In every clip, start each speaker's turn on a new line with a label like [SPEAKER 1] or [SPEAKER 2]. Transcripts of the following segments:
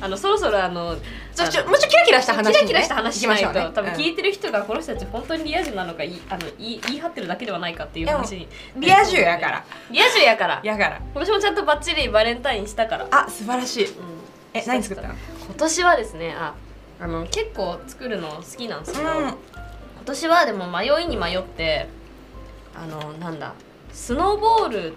[SPEAKER 1] あのそろそろあの
[SPEAKER 2] そうちょもうちょキラキラした話にね、
[SPEAKER 1] キラキラした話しないと、
[SPEAKER 2] 行きましょうね
[SPEAKER 1] 多分聞いてる人がこの人たち本当にリア充なのかいあの言い言い張ってるだけではないかっていう話に
[SPEAKER 2] うんリア充やから
[SPEAKER 1] リア充やから
[SPEAKER 2] やから
[SPEAKER 1] 私もちゃんとバッチリバレンタインしたから、うん、
[SPEAKER 2] あ素晴らしいえ何作ったの
[SPEAKER 1] 今年はですねああの結構作るの好きなんですけど、今
[SPEAKER 2] う
[SPEAKER 1] 年はでも迷いに迷ってあのなんだスノーボールっていう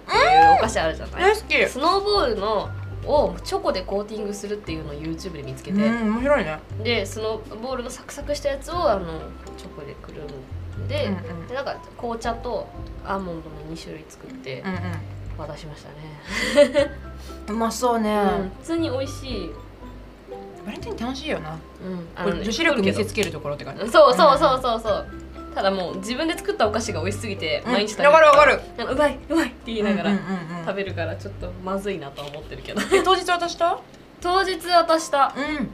[SPEAKER 1] お菓子あるじゃない、
[SPEAKER 2] 大好き
[SPEAKER 1] スノーボールのをチョコでコーティングするっていうのを YouTube で見つけて、
[SPEAKER 2] うん面白いね
[SPEAKER 1] でスノーボールのサクサクしたやつをあのチョコでくるんで,、
[SPEAKER 2] うんうん
[SPEAKER 1] でなんか紅茶とアーモンドの2種類作って
[SPEAKER 2] うん
[SPEAKER 1] 渡しましたね、
[SPEAKER 2] うんうまそうね、
[SPEAKER 1] うん普通に美味しい、うん、
[SPEAKER 2] バレンタイン楽しいよな
[SPEAKER 1] あ
[SPEAKER 2] こ
[SPEAKER 1] の
[SPEAKER 2] れ女子力見せ
[SPEAKER 1] 作
[SPEAKER 2] つけるところって感
[SPEAKER 1] る
[SPEAKER 2] じ
[SPEAKER 1] けどそうそうそうそうそうただもう自分で作ったお菓子が美味しすぎて
[SPEAKER 2] うん
[SPEAKER 1] 毎日食べ
[SPEAKER 2] わかるわかる
[SPEAKER 1] あのうまいうまいって言いなが
[SPEAKER 2] うん
[SPEAKER 1] ら
[SPEAKER 2] うんうんうん
[SPEAKER 1] 食べるからちょっとまずいなとは思ってるけど
[SPEAKER 2] え当日渡した
[SPEAKER 1] 当日渡した
[SPEAKER 2] うん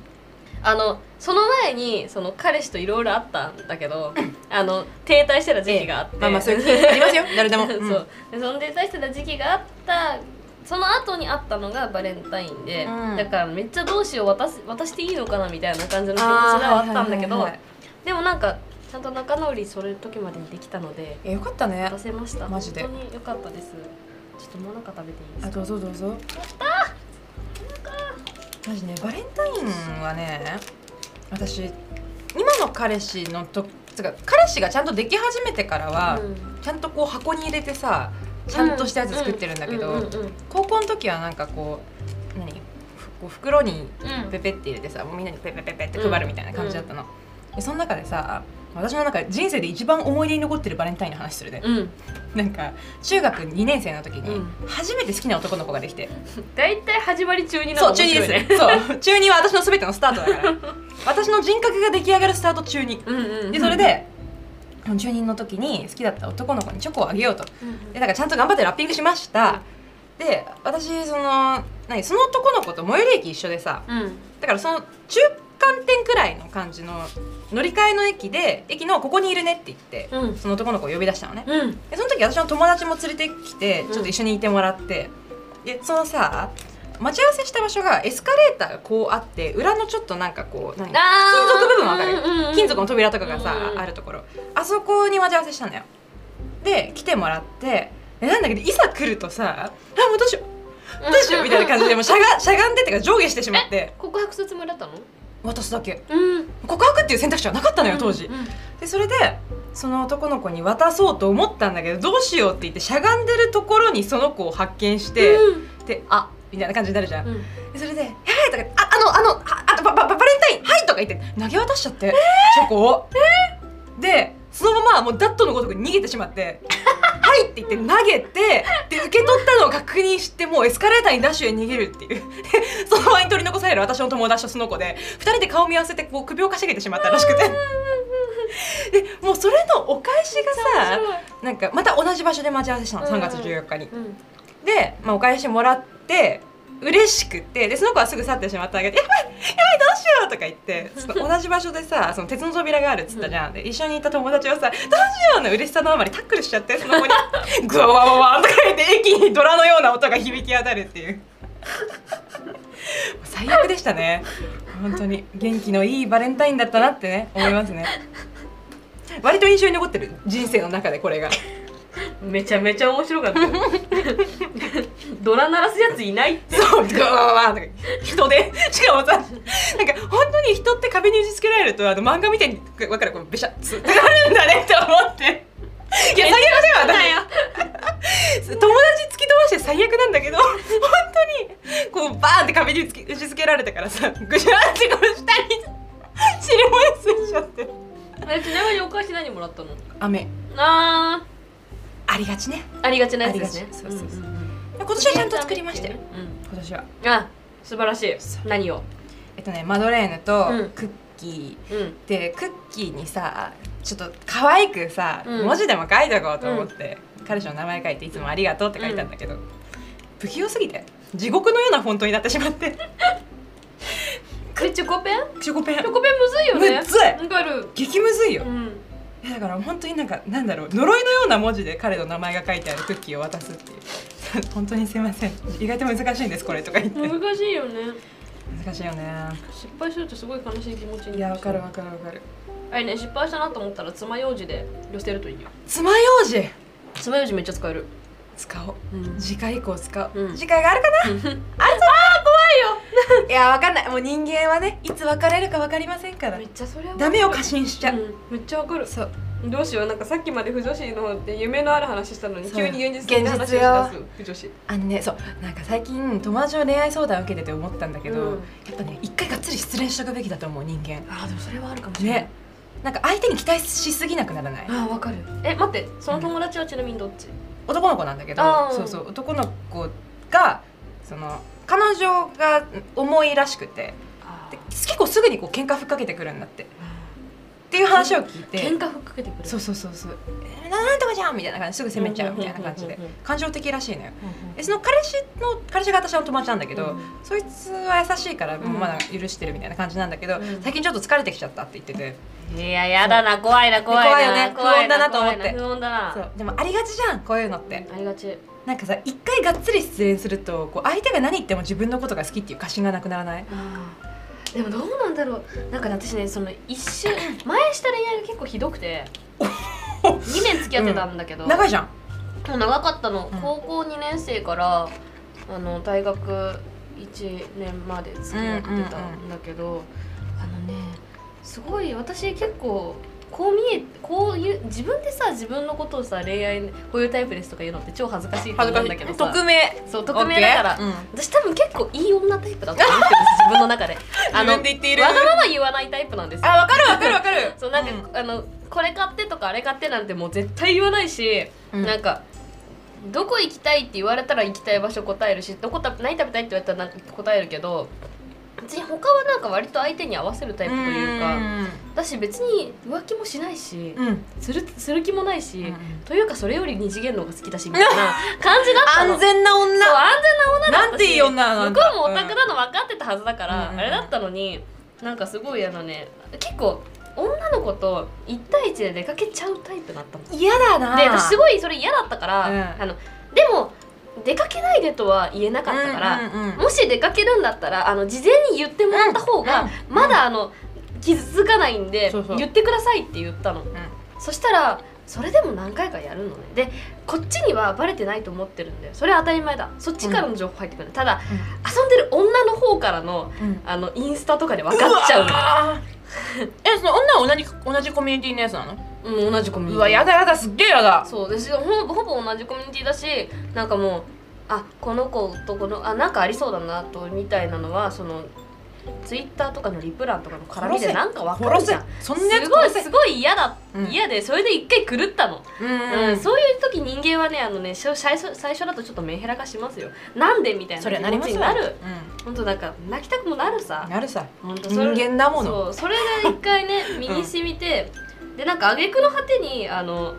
[SPEAKER 1] あのその前にその彼氏といろいろあったんだけど、あの停滞してた時期があって、
[SPEAKER 2] まあまあそういう気ありますよ誰でも、うん
[SPEAKER 1] そうでその停滞してた時期があったその後にあったのがバレンタインで、
[SPEAKER 2] うん
[SPEAKER 1] だからめっちゃどうしよう渡す渡していいのかなみたいな感じの気持ちで
[SPEAKER 2] あー
[SPEAKER 1] はあったんだけど、
[SPEAKER 2] はいはいはいはい
[SPEAKER 1] でもなんかちゃんと仲直りそれ時までにできたので
[SPEAKER 2] えよかったね
[SPEAKER 1] 渡せました
[SPEAKER 2] マジで
[SPEAKER 1] 本当に良かったですちょっともうなんか食べていいです
[SPEAKER 2] あ
[SPEAKER 1] か
[SPEAKER 2] どうぞどうぞマジねバレンタインはね私今の彼氏のとつうか彼氏がちゃんとでき始めてからは、
[SPEAKER 1] うん
[SPEAKER 2] ちゃんとこう箱に入れてさちゃんとしたやつ作ってるんだけ
[SPEAKER 1] う
[SPEAKER 2] ど、
[SPEAKER 1] んうんうんうん
[SPEAKER 2] 高校の時はなんかこう何ふこう袋に
[SPEAKER 1] うん
[SPEAKER 2] ペペって入れてさもうみんなにペペペペって配るみたいな感じだったの、でその中でさ私の中で人生で一番思い出に残ってるバレンタインの話するで、
[SPEAKER 1] うん
[SPEAKER 2] なんか中学2年生の時
[SPEAKER 1] う
[SPEAKER 2] に
[SPEAKER 1] ん
[SPEAKER 2] 初めて好きな男の子ができて、
[SPEAKER 1] 大体始まり中にな
[SPEAKER 2] そう中2です
[SPEAKER 1] ね
[SPEAKER 2] ね そう中2は私の全てのスタートだから私の人格が出来上がるスタート中2
[SPEAKER 1] うんうんうん
[SPEAKER 2] でそれで中2の時に好きだった男の子にチョコをあげようと
[SPEAKER 1] うん
[SPEAKER 2] でなんかちゃんと頑張ってラッピングしました、で私その何その男の子と最寄り駅一緒でさ
[SPEAKER 1] うんうん
[SPEAKER 2] だからその中間点くらいの感じの乗り換えの駅で駅のここにいるねって言って、
[SPEAKER 1] うん
[SPEAKER 2] その男の子を呼び出したのね、
[SPEAKER 1] うん
[SPEAKER 2] でその時私の友達も連れてきて
[SPEAKER 1] うん
[SPEAKER 2] ちょっと一緒にいてもらって、でそのさ待ち合わせした場所がエスカレーターがこうあって裏のちょっとなんかこう何金属部分わかる、金属の扉とかがさ、
[SPEAKER 1] うんうん
[SPEAKER 2] あるところあそこに待ち合わせしたんだよで来てもらってえなんだけどいざ来るとさ「あもうどうしようどうしよう」みたいな 感じでもうしゃがしゃがんでってか上下してしまって
[SPEAKER 1] 告白するつもりだったの
[SPEAKER 2] 渡すだけ
[SPEAKER 1] うん
[SPEAKER 2] 告白っていう選択肢はなかったのよ当時、
[SPEAKER 1] うん
[SPEAKER 2] でそれでその男の子に渡そうと思ったんだけどどうしようって言ってしゃがんでるところにその子を発見して、で「あみたいな感じになるじゃん、
[SPEAKER 1] うん
[SPEAKER 2] でそれで「はい」とか「ああのあのああババババレンタインはい」とか言って投げ渡しちゃって、チョコを、でそのままもうダットのごとく逃げてしまって 「はい」って言って投げてで受け取ったのを確認してもうエスカレーターにダッシュで逃げるっていうでその場に取り残される私の友達とその子で2人で顔見合わせてこう首をかしげてしまったらしくて。でもうそれのお返しがさなんかまた同じ場所で待ち合わせしたの3月14日に。
[SPEAKER 1] うん
[SPEAKER 2] で、まあ、お返しもらって嬉しくてでその子はすぐ去ってしまったんだけど「やばいやばいどうしよう」とか言ってその同じ場所でさその鉄の扉があるっつったじゃんで一緒にいた友達をさ「どうしよう」の嬉しさのあまりタックルしちゃってその子に「グワワワワ」とか言って駅にドラのような音が響き当たるっていう最悪でしたね本当に元気のいいバレンタインだったなってね思いますね割と印象に残ってる人生の中でこれが
[SPEAKER 1] めちゃめちゃ面白かったよドラ鳴らすやついないって
[SPEAKER 2] そう、ぐわわとか人で、 しかもさ、なんか本当に人って壁に打ち付けられると、あの漫画みたいに、わかる、こうべしゃ、つってなるんだねって思って。いや、最悪だよ、私。友達突き飛ばして最悪なんだけど、本当に、こうバーンって壁に打ち付け打ち付けられたからさ、ぐしゃーってこの下に。尻もやすいちゃって。
[SPEAKER 1] えちなみにお菓子何もらったの
[SPEAKER 2] 雨、
[SPEAKER 1] あ
[SPEAKER 2] ありがちね。
[SPEAKER 1] ーありがちなやつですね
[SPEAKER 2] ありがちそうそうそうん
[SPEAKER 1] んん
[SPEAKER 2] 今年はちゃんと作りましたよ。
[SPEAKER 1] う
[SPEAKER 2] 今年は。
[SPEAKER 1] んあ素晴らしい
[SPEAKER 2] そう
[SPEAKER 1] 何を
[SPEAKER 2] えっとね、マドレーヌと
[SPEAKER 1] うん
[SPEAKER 2] クッキー。
[SPEAKER 1] うん
[SPEAKER 2] でクッキーにさちょっと可愛くさ、
[SPEAKER 1] うん
[SPEAKER 2] 文字でも書いとこうと思って、彼氏の名前書いて「いつもありがとう」って書いたんだけど、不器用すぎて地獄のようなフォントになってしまって
[SPEAKER 1] えチョコペン
[SPEAKER 2] チョコペン
[SPEAKER 1] チョコペンむずいよね
[SPEAKER 2] むずい
[SPEAKER 1] わかる
[SPEAKER 2] 激むずいよ
[SPEAKER 1] う、ん
[SPEAKER 2] いやだから本当になんかなんだろう呪いのような文字で彼の名前が書いてあるクッキーを渡すっていう本当にすいません意外と難しいんですこれとか言って、
[SPEAKER 1] 難しいよね
[SPEAKER 2] 難しいよね
[SPEAKER 1] 失敗するとすごい悲しい気持ちになる
[SPEAKER 2] いやわかるわかるわかる
[SPEAKER 1] あれね失敗したなと思ったら爪楊枝で寄せるといいよ
[SPEAKER 2] 爪楊枝
[SPEAKER 1] 爪楊枝めっちゃ使える
[SPEAKER 2] 使おう
[SPEAKER 1] うん
[SPEAKER 2] 次回以降使う、
[SPEAKER 1] うん
[SPEAKER 2] 次回があるかな
[SPEAKER 1] 怖
[SPEAKER 2] いやわかんないもう人間はねいつ別れるかわかりませんか ら
[SPEAKER 1] いよめっちゃそれは
[SPEAKER 2] ダメを過
[SPEAKER 1] し
[SPEAKER 2] 信しちゃう、
[SPEAKER 1] めっちゃわかる
[SPEAKER 2] そう
[SPEAKER 1] どうしようなんかさっきまで不女子の方って夢のある話したのに
[SPEAKER 2] そう
[SPEAKER 1] 急に現実的な話をし
[SPEAKER 2] 現実よ
[SPEAKER 1] だす不女子
[SPEAKER 2] あのねそうなんか最近友達の恋愛相談受けてて思ったんだけど、
[SPEAKER 1] うん
[SPEAKER 2] やっぱね一回がっつり失恋しとくべきだと思う人間
[SPEAKER 1] あでもそれはあるかも
[SPEAKER 2] ねなんか相手に期待しすぎなくならない
[SPEAKER 1] あわかるえ待ってその友達はちなみにどっち
[SPEAKER 2] 男の子なんだけど
[SPEAKER 1] あー
[SPEAKER 2] そうそう男の子がその彼女が重いらしくて
[SPEAKER 1] あ
[SPEAKER 2] で結構すぐにこう喧嘩ふっかけてくるんだってっていう話を聞いて
[SPEAKER 1] 喧嘩ふっかけてくる
[SPEAKER 2] そうそうそうそう「えーなんとかじゃん!」みたいな感じですぐ責めちゃうみたいな感じで
[SPEAKER 1] うんうんうんうん
[SPEAKER 2] 感情的らしいのよ
[SPEAKER 1] うん
[SPEAKER 2] でその彼氏の彼氏が私の友達なんだけど、
[SPEAKER 1] うん
[SPEAKER 2] そいつは優しいからもう
[SPEAKER 1] うん
[SPEAKER 2] まだ許してるみたいな感じなんだけど、
[SPEAKER 1] うん
[SPEAKER 2] 最近ちょっと疲れてきちゃったって言ってて、
[SPEAKER 1] いややだな怖いな怖いな
[SPEAKER 2] 怖いよね
[SPEAKER 1] 怖いな
[SPEAKER 2] 不穏だなと思って
[SPEAKER 1] 怖いな不穏だな
[SPEAKER 2] そうでもありがちじゃんこういうのって
[SPEAKER 1] ありがち
[SPEAKER 2] なんかさ一回がっつり失恋するとこう相手が何言っても自分のことが好きっていう過信がなくならない
[SPEAKER 1] あーでもどうなんだろうなんかね私ねその一瞬前した恋愛が結構ひどくて2年付き合ってたんだけど、
[SPEAKER 2] 長いじゃん
[SPEAKER 1] もう長かったの、
[SPEAKER 2] うん
[SPEAKER 1] 高校2年生からあの大学1年まで付き合ってたんだけど、あのねすごい私結構こう見えこういう自分でさ自分のことをさ恋愛こういうタイプですとか言うのって超恥ずかしいと思うんだけどさ
[SPEAKER 2] 匿名
[SPEAKER 1] そう匿名だから、
[SPEAKER 2] オッケーうん
[SPEAKER 1] 私多分結構いい女タイプだと思ってるんです自分の中 であ
[SPEAKER 2] 自
[SPEAKER 1] のわ
[SPEAKER 2] 分で言っている
[SPEAKER 1] がまま言わないタイプなんですよ
[SPEAKER 2] あわかるわかるわかる
[SPEAKER 1] そうなんか、あのこれ買ってとかあれ買ってなんてもう絶対言わないし、
[SPEAKER 2] うん
[SPEAKER 1] なんかどこ行きたいって言われたら行きたい場所答えるしどこた何食べたいって言われたらなんか答えるけど別に他はなんか割と相手に合わせるタイプというかだし別に浮気もしないし、
[SPEAKER 2] うんうん
[SPEAKER 1] するする気もないし、
[SPEAKER 2] うん
[SPEAKER 1] というかそれより二次元の方が好きだしみたい な感じだったの
[SPEAKER 2] 安全な女
[SPEAKER 1] そう安全な女だったし
[SPEAKER 2] なんていい女なのあん
[SPEAKER 1] 向こ
[SPEAKER 2] た
[SPEAKER 1] うもオタクなの分かってたはずだから、
[SPEAKER 2] うん
[SPEAKER 1] あれだったのになんかすごいあのね結構女の子と1対1で出かけちゃうタイプだったので
[SPEAKER 2] 嫌だな
[SPEAKER 1] 私す
[SPEAKER 2] い
[SPEAKER 1] ごいそれ嫌だったから、
[SPEAKER 2] うん
[SPEAKER 1] あのでも出かけないでとは言えなかったから、もし出かけるんだったらあの事前に言ってもらった方
[SPEAKER 2] うん
[SPEAKER 1] が
[SPEAKER 2] うん
[SPEAKER 1] まだあの傷つかないんで
[SPEAKER 2] そうそう
[SPEAKER 1] 言ってくださいって言ったのそしたらそれでも何回かやるのねでこっちにはバレてないと思ってるんだよそれは当たり前だそっちからの情報入ってくる、ただ遊んでる女の方からのあのインスタとかで分かっちゃう
[SPEAKER 2] ゃうえその女は同じ同じコミュニティのやつなの
[SPEAKER 1] のうん同じコミュニティ
[SPEAKER 2] うわやだやだすっげえやだ
[SPEAKER 1] そうですよほぼほぼ同じコミュニティだしなんかもうあこの子とこのあなんかありそうだなとみたいなのはそのツイッターとかのリプランとかの絡み
[SPEAKER 2] 殺せ
[SPEAKER 1] でなんか分かる
[SPEAKER 2] 殺
[SPEAKER 1] じ
[SPEAKER 2] せ
[SPEAKER 1] ゃん
[SPEAKER 2] そんなやつ
[SPEAKER 1] すごい
[SPEAKER 2] 殺せ
[SPEAKER 1] すごい嫌だ、
[SPEAKER 2] うん
[SPEAKER 1] 嫌でそれで一回狂ったの、
[SPEAKER 2] う
[SPEAKER 1] うん
[SPEAKER 2] ん
[SPEAKER 1] そういう時人間はねあのねしょ最初最初だとちょっとメンヘラ化しますよなんでみたいな
[SPEAKER 2] それはなります
[SPEAKER 1] 気持ち
[SPEAKER 2] よ
[SPEAKER 1] になる
[SPEAKER 2] う
[SPEAKER 1] 本当なんか泣きたくもなるさ
[SPEAKER 2] んなるさ
[SPEAKER 1] ほんと
[SPEAKER 2] 人
[SPEAKER 1] それ
[SPEAKER 2] 間だもの
[SPEAKER 1] そうそれが一回 ね身に染みて、でなんか挙句の果てにあの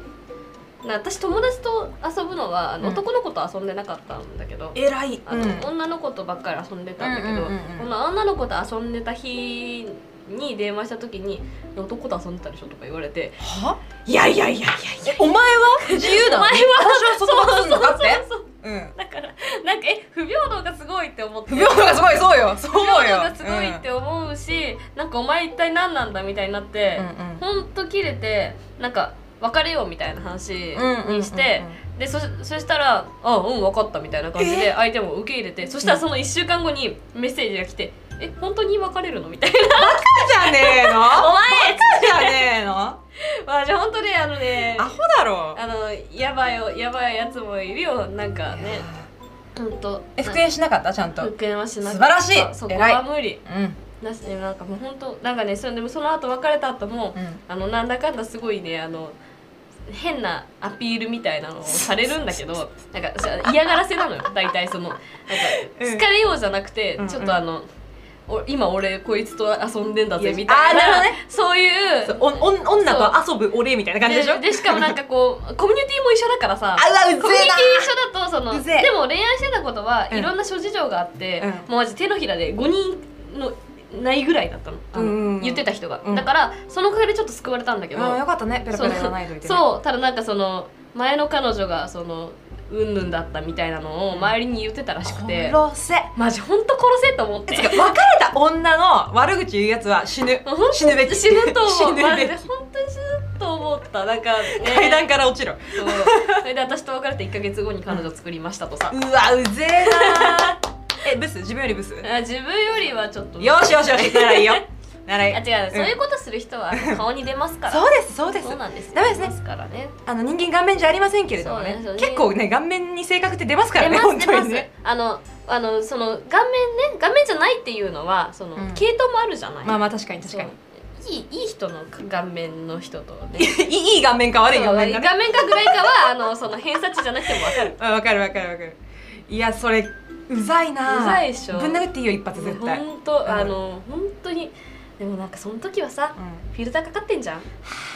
[SPEAKER 1] な私友達と遊ぶのはあの、
[SPEAKER 2] うん
[SPEAKER 1] 男の子と遊んでなかったんだけど
[SPEAKER 2] 偉い
[SPEAKER 1] あの、女の子とばっかり遊んでたんだけど、
[SPEAKER 2] うんうんうんうん
[SPEAKER 1] この女の子と遊んでた日に電話した時に「男と遊んでたでしょ」とか言われて
[SPEAKER 2] いやいやいやいやいやお前は 自由だ
[SPEAKER 1] お前は
[SPEAKER 2] 私は外回りするのかって
[SPEAKER 1] そう
[SPEAKER 2] うん
[SPEAKER 1] だからなんかえ不平等がすごいって思って
[SPEAKER 2] 不平等がすごいそうよそう
[SPEAKER 1] 不
[SPEAKER 2] よ
[SPEAKER 1] 平等がすごいって思うし、なんかお前一体何なんだみたいになって、
[SPEAKER 2] う
[SPEAKER 1] ほ
[SPEAKER 2] ん
[SPEAKER 1] んと切れてなんか別れようみたいな話にして、
[SPEAKER 2] うんうん
[SPEAKER 1] でそそしたら「あうん分かった」みたいな感じで相手も受け入れてそしたらその1週間後にメッセージが来て「え本当に別れるの?」みたいな
[SPEAKER 2] じゃねえの
[SPEAKER 1] 「お前!
[SPEAKER 2] じゃねえのア」
[SPEAKER 1] まあじゃあ本当ねあのね
[SPEAKER 2] ホだろ
[SPEAKER 1] あのやばいよやばいやつもいるよなんかねほんと
[SPEAKER 2] え復縁しなかったちゃんとうん
[SPEAKER 1] 復縁はしなかった
[SPEAKER 2] 素晴らしい
[SPEAKER 1] そこ
[SPEAKER 2] 偉
[SPEAKER 1] はい無理だしねなんかもう本当なんかねそれでもその後別れた後も、
[SPEAKER 2] うん
[SPEAKER 1] あのなんだかんだすごいねあの変なアピールみたいなのをされるんだけどなんかそう嫌がらせなのよ大体そのなんか
[SPEAKER 2] うん
[SPEAKER 1] 疲れようじゃなくて、
[SPEAKER 2] うんうん
[SPEAKER 1] ちょっとあの、お今俺こいつと遊んでんだぜ
[SPEAKER 2] よし
[SPEAKER 1] みたいな
[SPEAKER 2] あーなるほどね
[SPEAKER 1] そういう
[SPEAKER 2] そうおお女と遊ぶ俺みたいな感じでしょ
[SPEAKER 1] でしかもなんかこうコミュニティも一緒だからさ
[SPEAKER 2] あうわう
[SPEAKER 1] コミュニティ
[SPEAKER 2] ぜえな
[SPEAKER 1] 一緒だとその
[SPEAKER 2] うぜえ
[SPEAKER 1] でも恋愛してたことは
[SPEAKER 2] うん
[SPEAKER 1] いろんな諸事情があって、
[SPEAKER 2] うん
[SPEAKER 1] もうマジ手のひらで5人のないぐらいだったのあの
[SPEAKER 2] うんうんうん
[SPEAKER 1] 言ってた人が、
[SPEAKER 2] うん
[SPEAKER 1] だからそのおかげでちょっと救われたんだけど、
[SPEAKER 2] あーよかったねペラペラ言わないといてね
[SPEAKER 1] そうただなんかその前の彼女がそのうんぬんだったみたいなのを周りに言ってたらしくて
[SPEAKER 2] 殺せ
[SPEAKER 1] マジ本当殺せと思って
[SPEAKER 2] えつうか別れた女の悪口言うやつは死ぬ
[SPEAKER 1] もう本当
[SPEAKER 2] 死ぬべき
[SPEAKER 1] 死ぬと思う
[SPEAKER 2] 死ぬべき
[SPEAKER 1] マジで本当に死ぬと思ったなんか、ね、
[SPEAKER 2] 階段から落ちろ
[SPEAKER 1] そうそれで私と別れて1か月後に彼女作りましたとさ、
[SPEAKER 2] うわうぜえなー えブス自分よりブスよ
[SPEAKER 1] あ自分よりはちょっと
[SPEAKER 2] しよしよしなら いいよならいい
[SPEAKER 1] あ違う、そういうことする人は顔に出ますから
[SPEAKER 2] そうですそうです
[SPEAKER 1] そうなんですよ
[SPEAKER 2] ダメですね
[SPEAKER 1] 出ますからね
[SPEAKER 2] あの人間顔面じゃありませんけれども
[SPEAKER 1] そ
[SPEAKER 2] ね
[SPEAKER 1] うですよね
[SPEAKER 2] 結構ね顔面に性格って出ますから
[SPEAKER 1] 出
[SPEAKER 2] ね
[SPEAKER 1] ます
[SPEAKER 2] 本
[SPEAKER 1] 出
[SPEAKER 2] 当
[SPEAKER 1] ます、
[SPEAKER 2] にね
[SPEAKER 1] あのあのその顔面ね顔面じゃないっていうのはその、
[SPEAKER 2] うん
[SPEAKER 1] 系統もあるじゃない、
[SPEAKER 2] まあまあ確かに確か
[SPEAKER 1] そういいいい人の顔面の人とね
[SPEAKER 2] にいいいい顔面か悪い
[SPEAKER 1] そう
[SPEAKER 2] 顔
[SPEAKER 1] 顔
[SPEAKER 2] 面
[SPEAKER 1] 面
[SPEAKER 2] かね
[SPEAKER 1] かぐらいかはあのその偏差値じゃなくても分かる
[SPEAKER 2] うんわかるわかるわかるいやそれ うざいな
[SPEAKER 1] うざいでしょ
[SPEAKER 2] ぶん殴っていいよ一発絶対、
[SPEAKER 1] 本当あの本当にでもなんかその時はさ
[SPEAKER 2] う
[SPEAKER 1] フィルターかかってんじゃん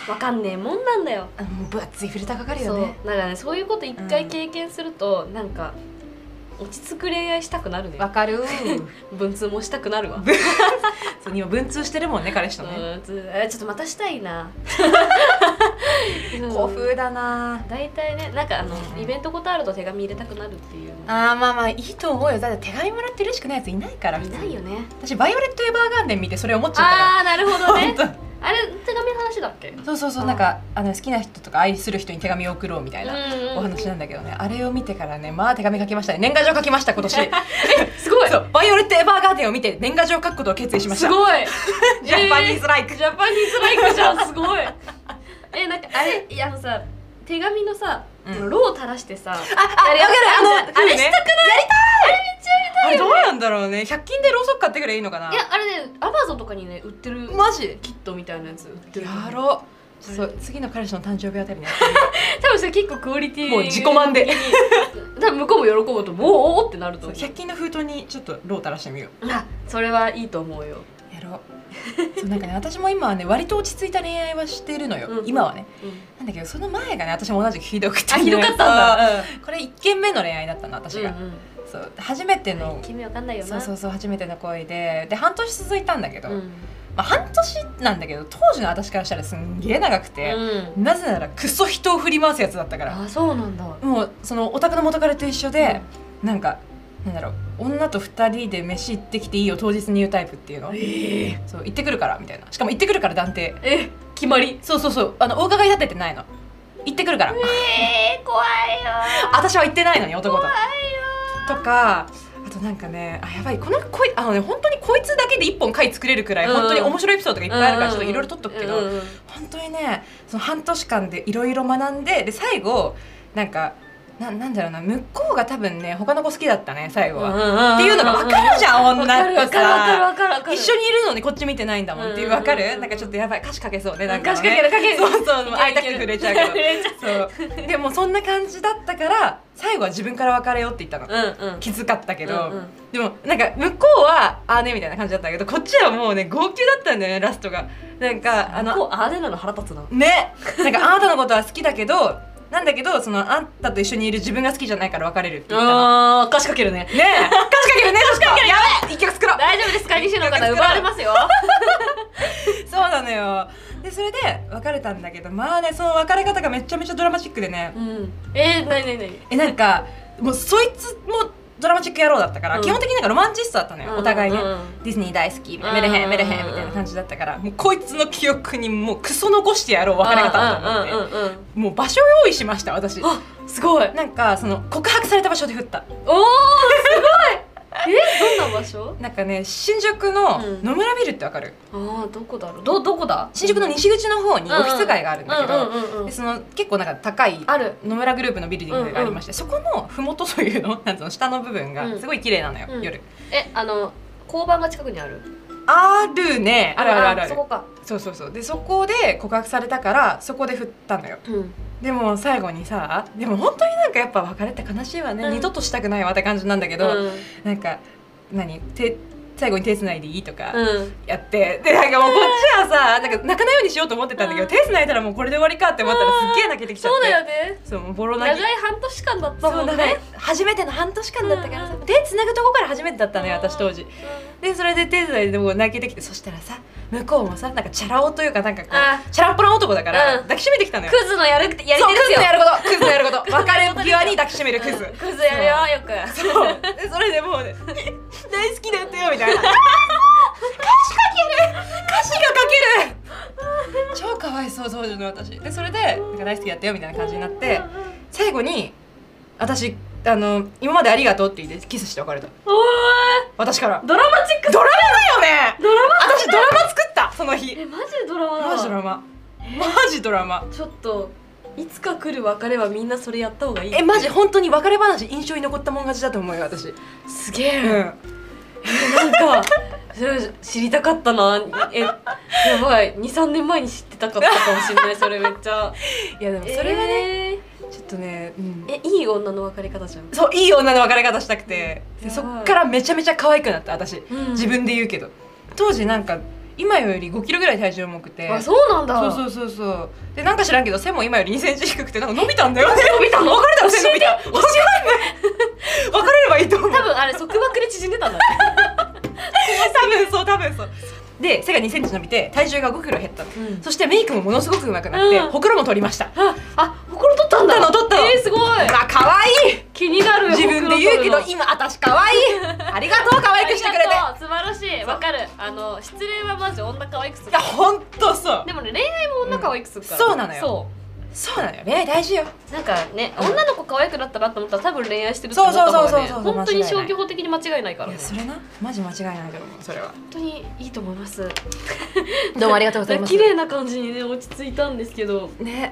[SPEAKER 1] わかんねえもんなんだよ
[SPEAKER 2] ん、もう分厚いフィルターかかる
[SPEAKER 1] そ
[SPEAKER 2] よ
[SPEAKER 1] う
[SPEAKER 2] ね
[SPEAKER 1] だからねそういうこと一回経験すると、なんか落ち着く恋愛したくなるね
[SPEAKER 2] わかる
[SPEAKER 1] 文通もしたくなるわ、
[SPEAKER 2] そう今文通してるもんね彼氏とね
[SPEAKER 1] 文通えちょっとまたしたい な
[SPEAKER 2] 古風だな
[SPEAKER 1] 大体ねなんかあの、
[SPEAKER 2] うん
[SPEAKER 1] イベントことあると手紙入れたくなるっていうの
[SPEAKER 2] あーまあまあいいと思うよだって手紙もらって嬉しくないやついないから
[SPEAKER 1] いないよね
[SPEAKER 2] 私「バイオレット・エヴァーガーデン」見てそれ思っちゃったから
[SPEAKER 1] あーなるほどね
[SPEAKER 2] 本当
[SPEAKER 1] あれ手紙の話だっけうん
[SPEAKER 2] そうそうそう
[SPEAKER 1] あー
[SPEAKER 2] なんかあの好きな人とか愛する人に手紙を送ろうみたいな
[SPEAKER 1] うん
[SPEAKER 2] お話なんだけどねあれを見てからねまあ手紙書きましたね年賀状書きました今年
[SPEAKER 1] すごい
[SPEAKER 2] そうバイオレット・エヴァーガーデンを見て年賀状書くことを決意しまし
[SPEAKER 1] す
[SPEAKER 2] た
[SPEAKER 1] ごい
[SPEAKER 2] ジャパニーズライク
[SPEAKER 1] ジャパニーズライクじゃんす ごいえなんかあれいやあのさ手紙のさ、
[SPEAKER 2] うん
[SPEAKER 1] ロを垂らしてさ
[SPEAKER 2] あ、あ、
[SPEAKER 1] やり
[SPEAKER 2] わかる
[SPEAKER 1] たい
[SPEAKER 2] あの、
[SPEAKER 1] あれし
[SPEAKER 2] ね
[SPEAKER 1] たくない
[SPEAKER 2] あれどうなんだろうね100均でろうそく買ってくれいいのかない
[SPEAKER 1] やあれねアマゾンとかにね売ってる
[SPEAKER 2] マジ
[SPEAKER 1] キットみたいなやつ売ってる
[SPEAKER 2] やろうそう次の彼氏の誕生日あたりにやってみよ
[SPEAKER 1] 多分それ結構クオリティ
[SPEAKER 2] もう自己満で
[SPEAKER 1] 多分向こうも喜ぶと思うおおってなる
[SPEAKER 2] う
[SPEAKER 1] と
[SPEAKER 2] そう
[SPEAKER 1] 思う
[SPEAKER 2] 100均の封筒にちょっとろう垂らしてみよう
[SPEAKER 1] あそれはいいと思うよ、
[SPEAKER 2] やろう そうなんかね私も今はね割と落ち着いた恋愛はしてるのよ、
[SPEAKER 1] うん
[SPEAKER 2] 今はね
[SPEAKER 1] うん
[SPEAKER 2] なんだけどその前がね私も同じくひどくて、ね、
[SPEAKER 1] あひどかったんだ
[SPEAKER 2] そうこれ1件目の恋愛だったの私が、
[SPEAKER 1] うん
[SPEAKER 2] そう初めて
[SPEAKER 1] うん
[SPEAKER 2] の、
[SPEAKER 1] 君わかんないよ
[SPEAKER 2] そ
[SPEAKER 1] な
[SPEAKER 2] うそううそう初めての恋でで半年続いたんだけど、
[SPEAKER 1] ん、う
[SPEAKER 2] まあ、半年なんだけど当時の私からしたらすんげえ長くて、
[SPEAKER 1] ん、
[SPEAKER 2] なぜならクソ人を振り回すやつだったから
[SPEAKER 1] あそうなんだ
[SPEAKER 2] もうそのお宅の元彼と一緒で、なんかなんだろう女と2人で飯行ってきていいよ当日に言うタイプっていうの
[SPEAKER 1] ええ
[SPEAKER 2] そう行ってくるからみたいなしかも行ってくるから断定
[SPEAKER 1] え決まり
[SPEAKER 2] そうそうそうあのお伺い立ててないの行ってくるから、
[SPEAKER 1] えー、怖いよ
[SPEAKER 2] 私は行ってないのに男ととかあとなんかねあやばいこのこいあのね本当にこいつだけで一本回作れるくらい、
[SPEAKER 1] うん
[SPEAKER 2] 本当に面白いエピソードがいっぱいあるからちょっといろいろ
[SPEAKER 1] と
[SPEAKER 2] 撮っとくけど、本当にねその半年間でいろいろ学んでで最後なんかななんだろうな向こうが多分ね他の子好きだったね最後は、っ
[SPEAKER 1] って
[SPEAKER 2] いうのが分かるじゃん、
[SPEAKER 1] わか
[SPEAKER 2] 女
[SPEAKER 1] る
[SPEAKER 2] っ
[SPEAKER 1] わ
[SPEAKER 2] て
[SPEAKER 1] かるわかる
[SPEAKER 2] さ
[SPEAKER 1] わかるわかる
[SPEAKER 2] 一緒にいるのにこっち見てないんだもんっていう分か
[SPEAKER 1] うんうんうんう
[SPEAKER 2] る
[SPEAKER 1] ん
[SPEAKER 2] なんかちょっとやばい歌詞かけそうねなんか、ね、
[SPEAKER 1] 歌詞かけるかける
[SPEAKER 2] そうそう
[SPEAKER 1] いける
[SPEAKER 2] 会いたくてくれちゃう
[SPEAKER 1] 震
[SPEAKER 2] け
[SPEAKER 1] えちゃ
[SPEAKER 2] ど そうでもそんな感じだったから最後は自分から別れようって言ったの、
[SPEAKER 1] ううんうん
[SPEAKER 2] 気づかったけど、
[SPEAKER 1] うんうん
[SPEAKER 2] でもなんか向こうはあーねみたいな感じだったけどこっちはもうね号泣だったんだよねラストがなんかあの
[SPEAKER 1] こうあれなの腹立つな
[SPEAKER 2] ねなんかあなたのことは好きだけどなんだけどそのあんたと一緒にいる自分が好きじゃないから別れるって言ったの
[SPEAKER 1] あー歌詞かけるね
[SPEAKER 2] ねえ歌詞かけるね歌詞かけるやべえ一曲作ろう
[SPEAKER 1] 大丈夫です会議士の方奪われますよ
[SPEAKER 2] そうなのよでそれで別れたんだけどまあねその別れ方がめちゃめちゃドラマチックでね
[SPEAKER 1] うんえー、なになになに
[SPEAKER 2] えなんかもうそいつもドラマチック野郎だったから、
[SPEAKER 1] うん
[SPEAKER 2] 基本的になんかロマンチストだったのよ、お互いね、
[SPEAKER 1] うんうん
[SPEAKER 2] ディズニー大好き
[SPEAKER 1] ん
[SPEAKER 2] メルヘンメルヘンみたいな感じだったからもうこいつの記憶にもうクソ残してやろう別れ方だと
[SPEAKER 1] う
[SPEAKER 2] 思っ
[SPEAKER 1] んうんうんうん
[SPEAKER 2] てもう場所用意しました私
[SPEAKER 1] あすごい
[SPEAKER 2] なんかその告白された場所で振った
[SPEAKER 1] おおすごいえどんな場所
[SPEAKER 2] なんかね新宿の野村ビルってわかる、
[SPEAKER 1] ああどこだろうどどこだ
[SPEAKER 2] 新宿の西口の方に
[SPEAKER 1] うんうん
[SPEAKER 2] オフィス街があるんだけど、
[SPEAKER 1] うんうんうんうん
[SPEAKER 2] でその結構なんか高い
[SPEAKER 1] ある
[SPEAKER 2] 野村グループのビルディングがありまして、そこの麓というの なんつうの下の部分
[SPEAKER 1] う
[SPEAKER 2] が
[SPEAKER 1] ん
[SPEAKER 2] すごい綺麗なのよ、
[SPEAKER 1] うん
[SPEAKER 2] 夜
[SPEAKER 1] えあの交番が近くにある
[SPEAKER 2] あるねあるあるあるあ
[SPEAKER 1] そ
[SPEAKER 2] る
[SPEAKER 1] こか
[SPEAKER 2] そうそうそうでそこで告白されたからそこで振ったのよ
[SPEAKER 1] うん
[SPEAKER 2] でも最後にさでも本当になんかやっぱ別れって悲しいわね、
[SPEAKER 1] うん
[SPEAKER 2] 二度としたくないわって感じなんだけど、
[SPEAKER 1] うん
[SPEAKER 2] なんか何手最後に手つないでいいとか、
[SPEAKER 1] うん
[SPEAKER 2] やってでなんかもうこっちはさなんか泣かないようにしようと思ってたんだけど
[SPEAKER 1] うん
[SPEAKER 2] 手繋いだらもうこれで終わりかって思ったらすっげえ泣けてきちゃっ
[SPEAKER 1] そう
[SPEAKER 2] て
[SPEAKER 1] だよね
[SPEAKER 2] そうもうボロ
[SPEAKER 1] 長
[SPEAKER 2] 泣
[SPEAKER 1] い
[SPEAKER 2] き
[SPEAKER 1] 半年間だった
[SPEAKER 2] そ
[SPEAKER 1] も
[SPEAKER 2] うん長い
[SPEAKER 1] ね
[SPEAKER 2] 初めての半年間だったからさ、
[SPEAKER 1] うんうん
[SPEAKER 2] 手つなぐとこから初めてだったのよ私当時でそれで手伝いでもう泣けてきてそしたらさ向こうもさなんかチャラ男というかなんかこ
[SPEAKER 1] あ
[SPEAKER 2] うチャランポラン男だから、
[SPEAKER 1] うん
[SPEAKER 2] 抱きしめてきたのよ
[SPEAKER 1] クズのやるやり
[SPEAKER 2] そう
[SPEAKER 1] 手ですよ
[SPEAKER 2] クズのやることクズ のやること別れ際に抱きしめるクズ、
[SPEAKER 1] うんクズやるよよく
[SPEAKER 2] そうでそれでもうね 大好きだったよみたいな歌詞かける歌詞がかける超かわいそう当時の私でそれでなんか大好きだったよみたいな感じになって最後に私あの今までありがとうって言ってキスして別れた
[SPEAKER 1] おー
[SPEAKER 2] 私から
[SPEAKER 1] ドラマチック
[SPEAKER 2] ドラマだよね
[SPEAKER 1] ドラマ
[SPEAKER 2] 私ドラマ作ったその日
[SPEAKER 1] えマジでドラマだわ
[SPEAKER 2] マジドラママジドラマ
[SPEAKER 1] ちょっといつか来る別れはみんなそれやった方がいい
[SPEAKER 2] えマジ本当に別れ話印象に残ったもん勝ちだと思うよ私
[SPEAKER 1] すげえ、
[SPEAKER 2] うん
[SPEAKER 1] なんかそれ知りたかったなえやばい23年前に知ってたかったかもしれないそれめっちゃ
[SPEAKER 2] いやでもそ
[SPEAKER 1] そ
[SPEAKER 2] れ
[SPEAKER 1] れ
[SPEAKER 2] は
[SPEAKER 1] は
[SPEAKER 2] ね、
[SPEAKER 1] ね
[SPEAKER 2] ちょっとね、うん
[SPEAKER 1] えいい女の別れ方じゃん、
[SPEAKER 2] そういい女の別れ方したくてで
[SPEAKER 1] やばい
[SPEAKER 2] そっからめちゃめちゃ可愛くなった私、自分で言うけど当時なんか今より5キロぐらい体重重くて
[SPEAKER 1] あそうなんだ
[SPEAKER 2] そうそうそうそうでなんか知らんけど背も今より2センチ低くてなんか伸びたんだよね
[SPEAKER 1] 伸びたの
[SPEAKER 2] 別 れたら背伸びた
[SPEAKER 1] 教えて
[SPEAKER 2] 別れればいいと思う
[SPEAKER 1] 多分あれ束縛で縮んでたんだね、
[SPEAKER 2] 多分そう多分そうで背が2センチ伸びて体重が5キロ減ったのそしてメイクもものすごく上手くなって、
[SPEAKER 1] うん
[SPEAKER 2] ほくろも取りました
[SPEAKER 1] ああほころ取ったんだ
[SPEAKER 2] 取ったの取ったの
[SPEAKER 1] えー、すごいう
[SPEAKER 2] わ可愛い
[SPEAKER 1] 気になる
[SPEAKER 2] 自分で
[SPEAKER 1] ほくろ
[SPEAKER 2] 言うけど
[SPEAKER 1] 取るの
[SPEAKER 2] 今私可 愛いありがとう可愛くしてくれて
[SPEAKER 1] ありがとう素晴らしいわかるあの失恋はマジ女可愛くする
[SPEAKER 2] いや本当そう
[SPEAKER 1] でもね恋愛も女可愛くするから、
[SPEAKER 2] うんそうなのよ
[SPEAKER 1] そ
[SPEAKER 2] そうなのよ恋愛大事よ
[SPEAKER 1] うなんかね、
[SPEAKER 2] うん
[SPEAKER 1] 女の子可愛くなったなと思ったら多分恋愛してると思った方がね
[SPEAKER 2] そうそうそうそうそう
[SPEAKER 1] 本当に消去法的に間違いないから
[SPEAKER 2] い
[SPEAKER 1] ね
[SPEAKER 2] やそれなマジ間違いないと思うそれは
[SPEAKER 1] 本当にいいと思います
[SPEAKER 2] どうもありがとう
[SPEAKER 1] 綺麗な感じにね落ち着いたんですけど
[SPEAKER 2] ね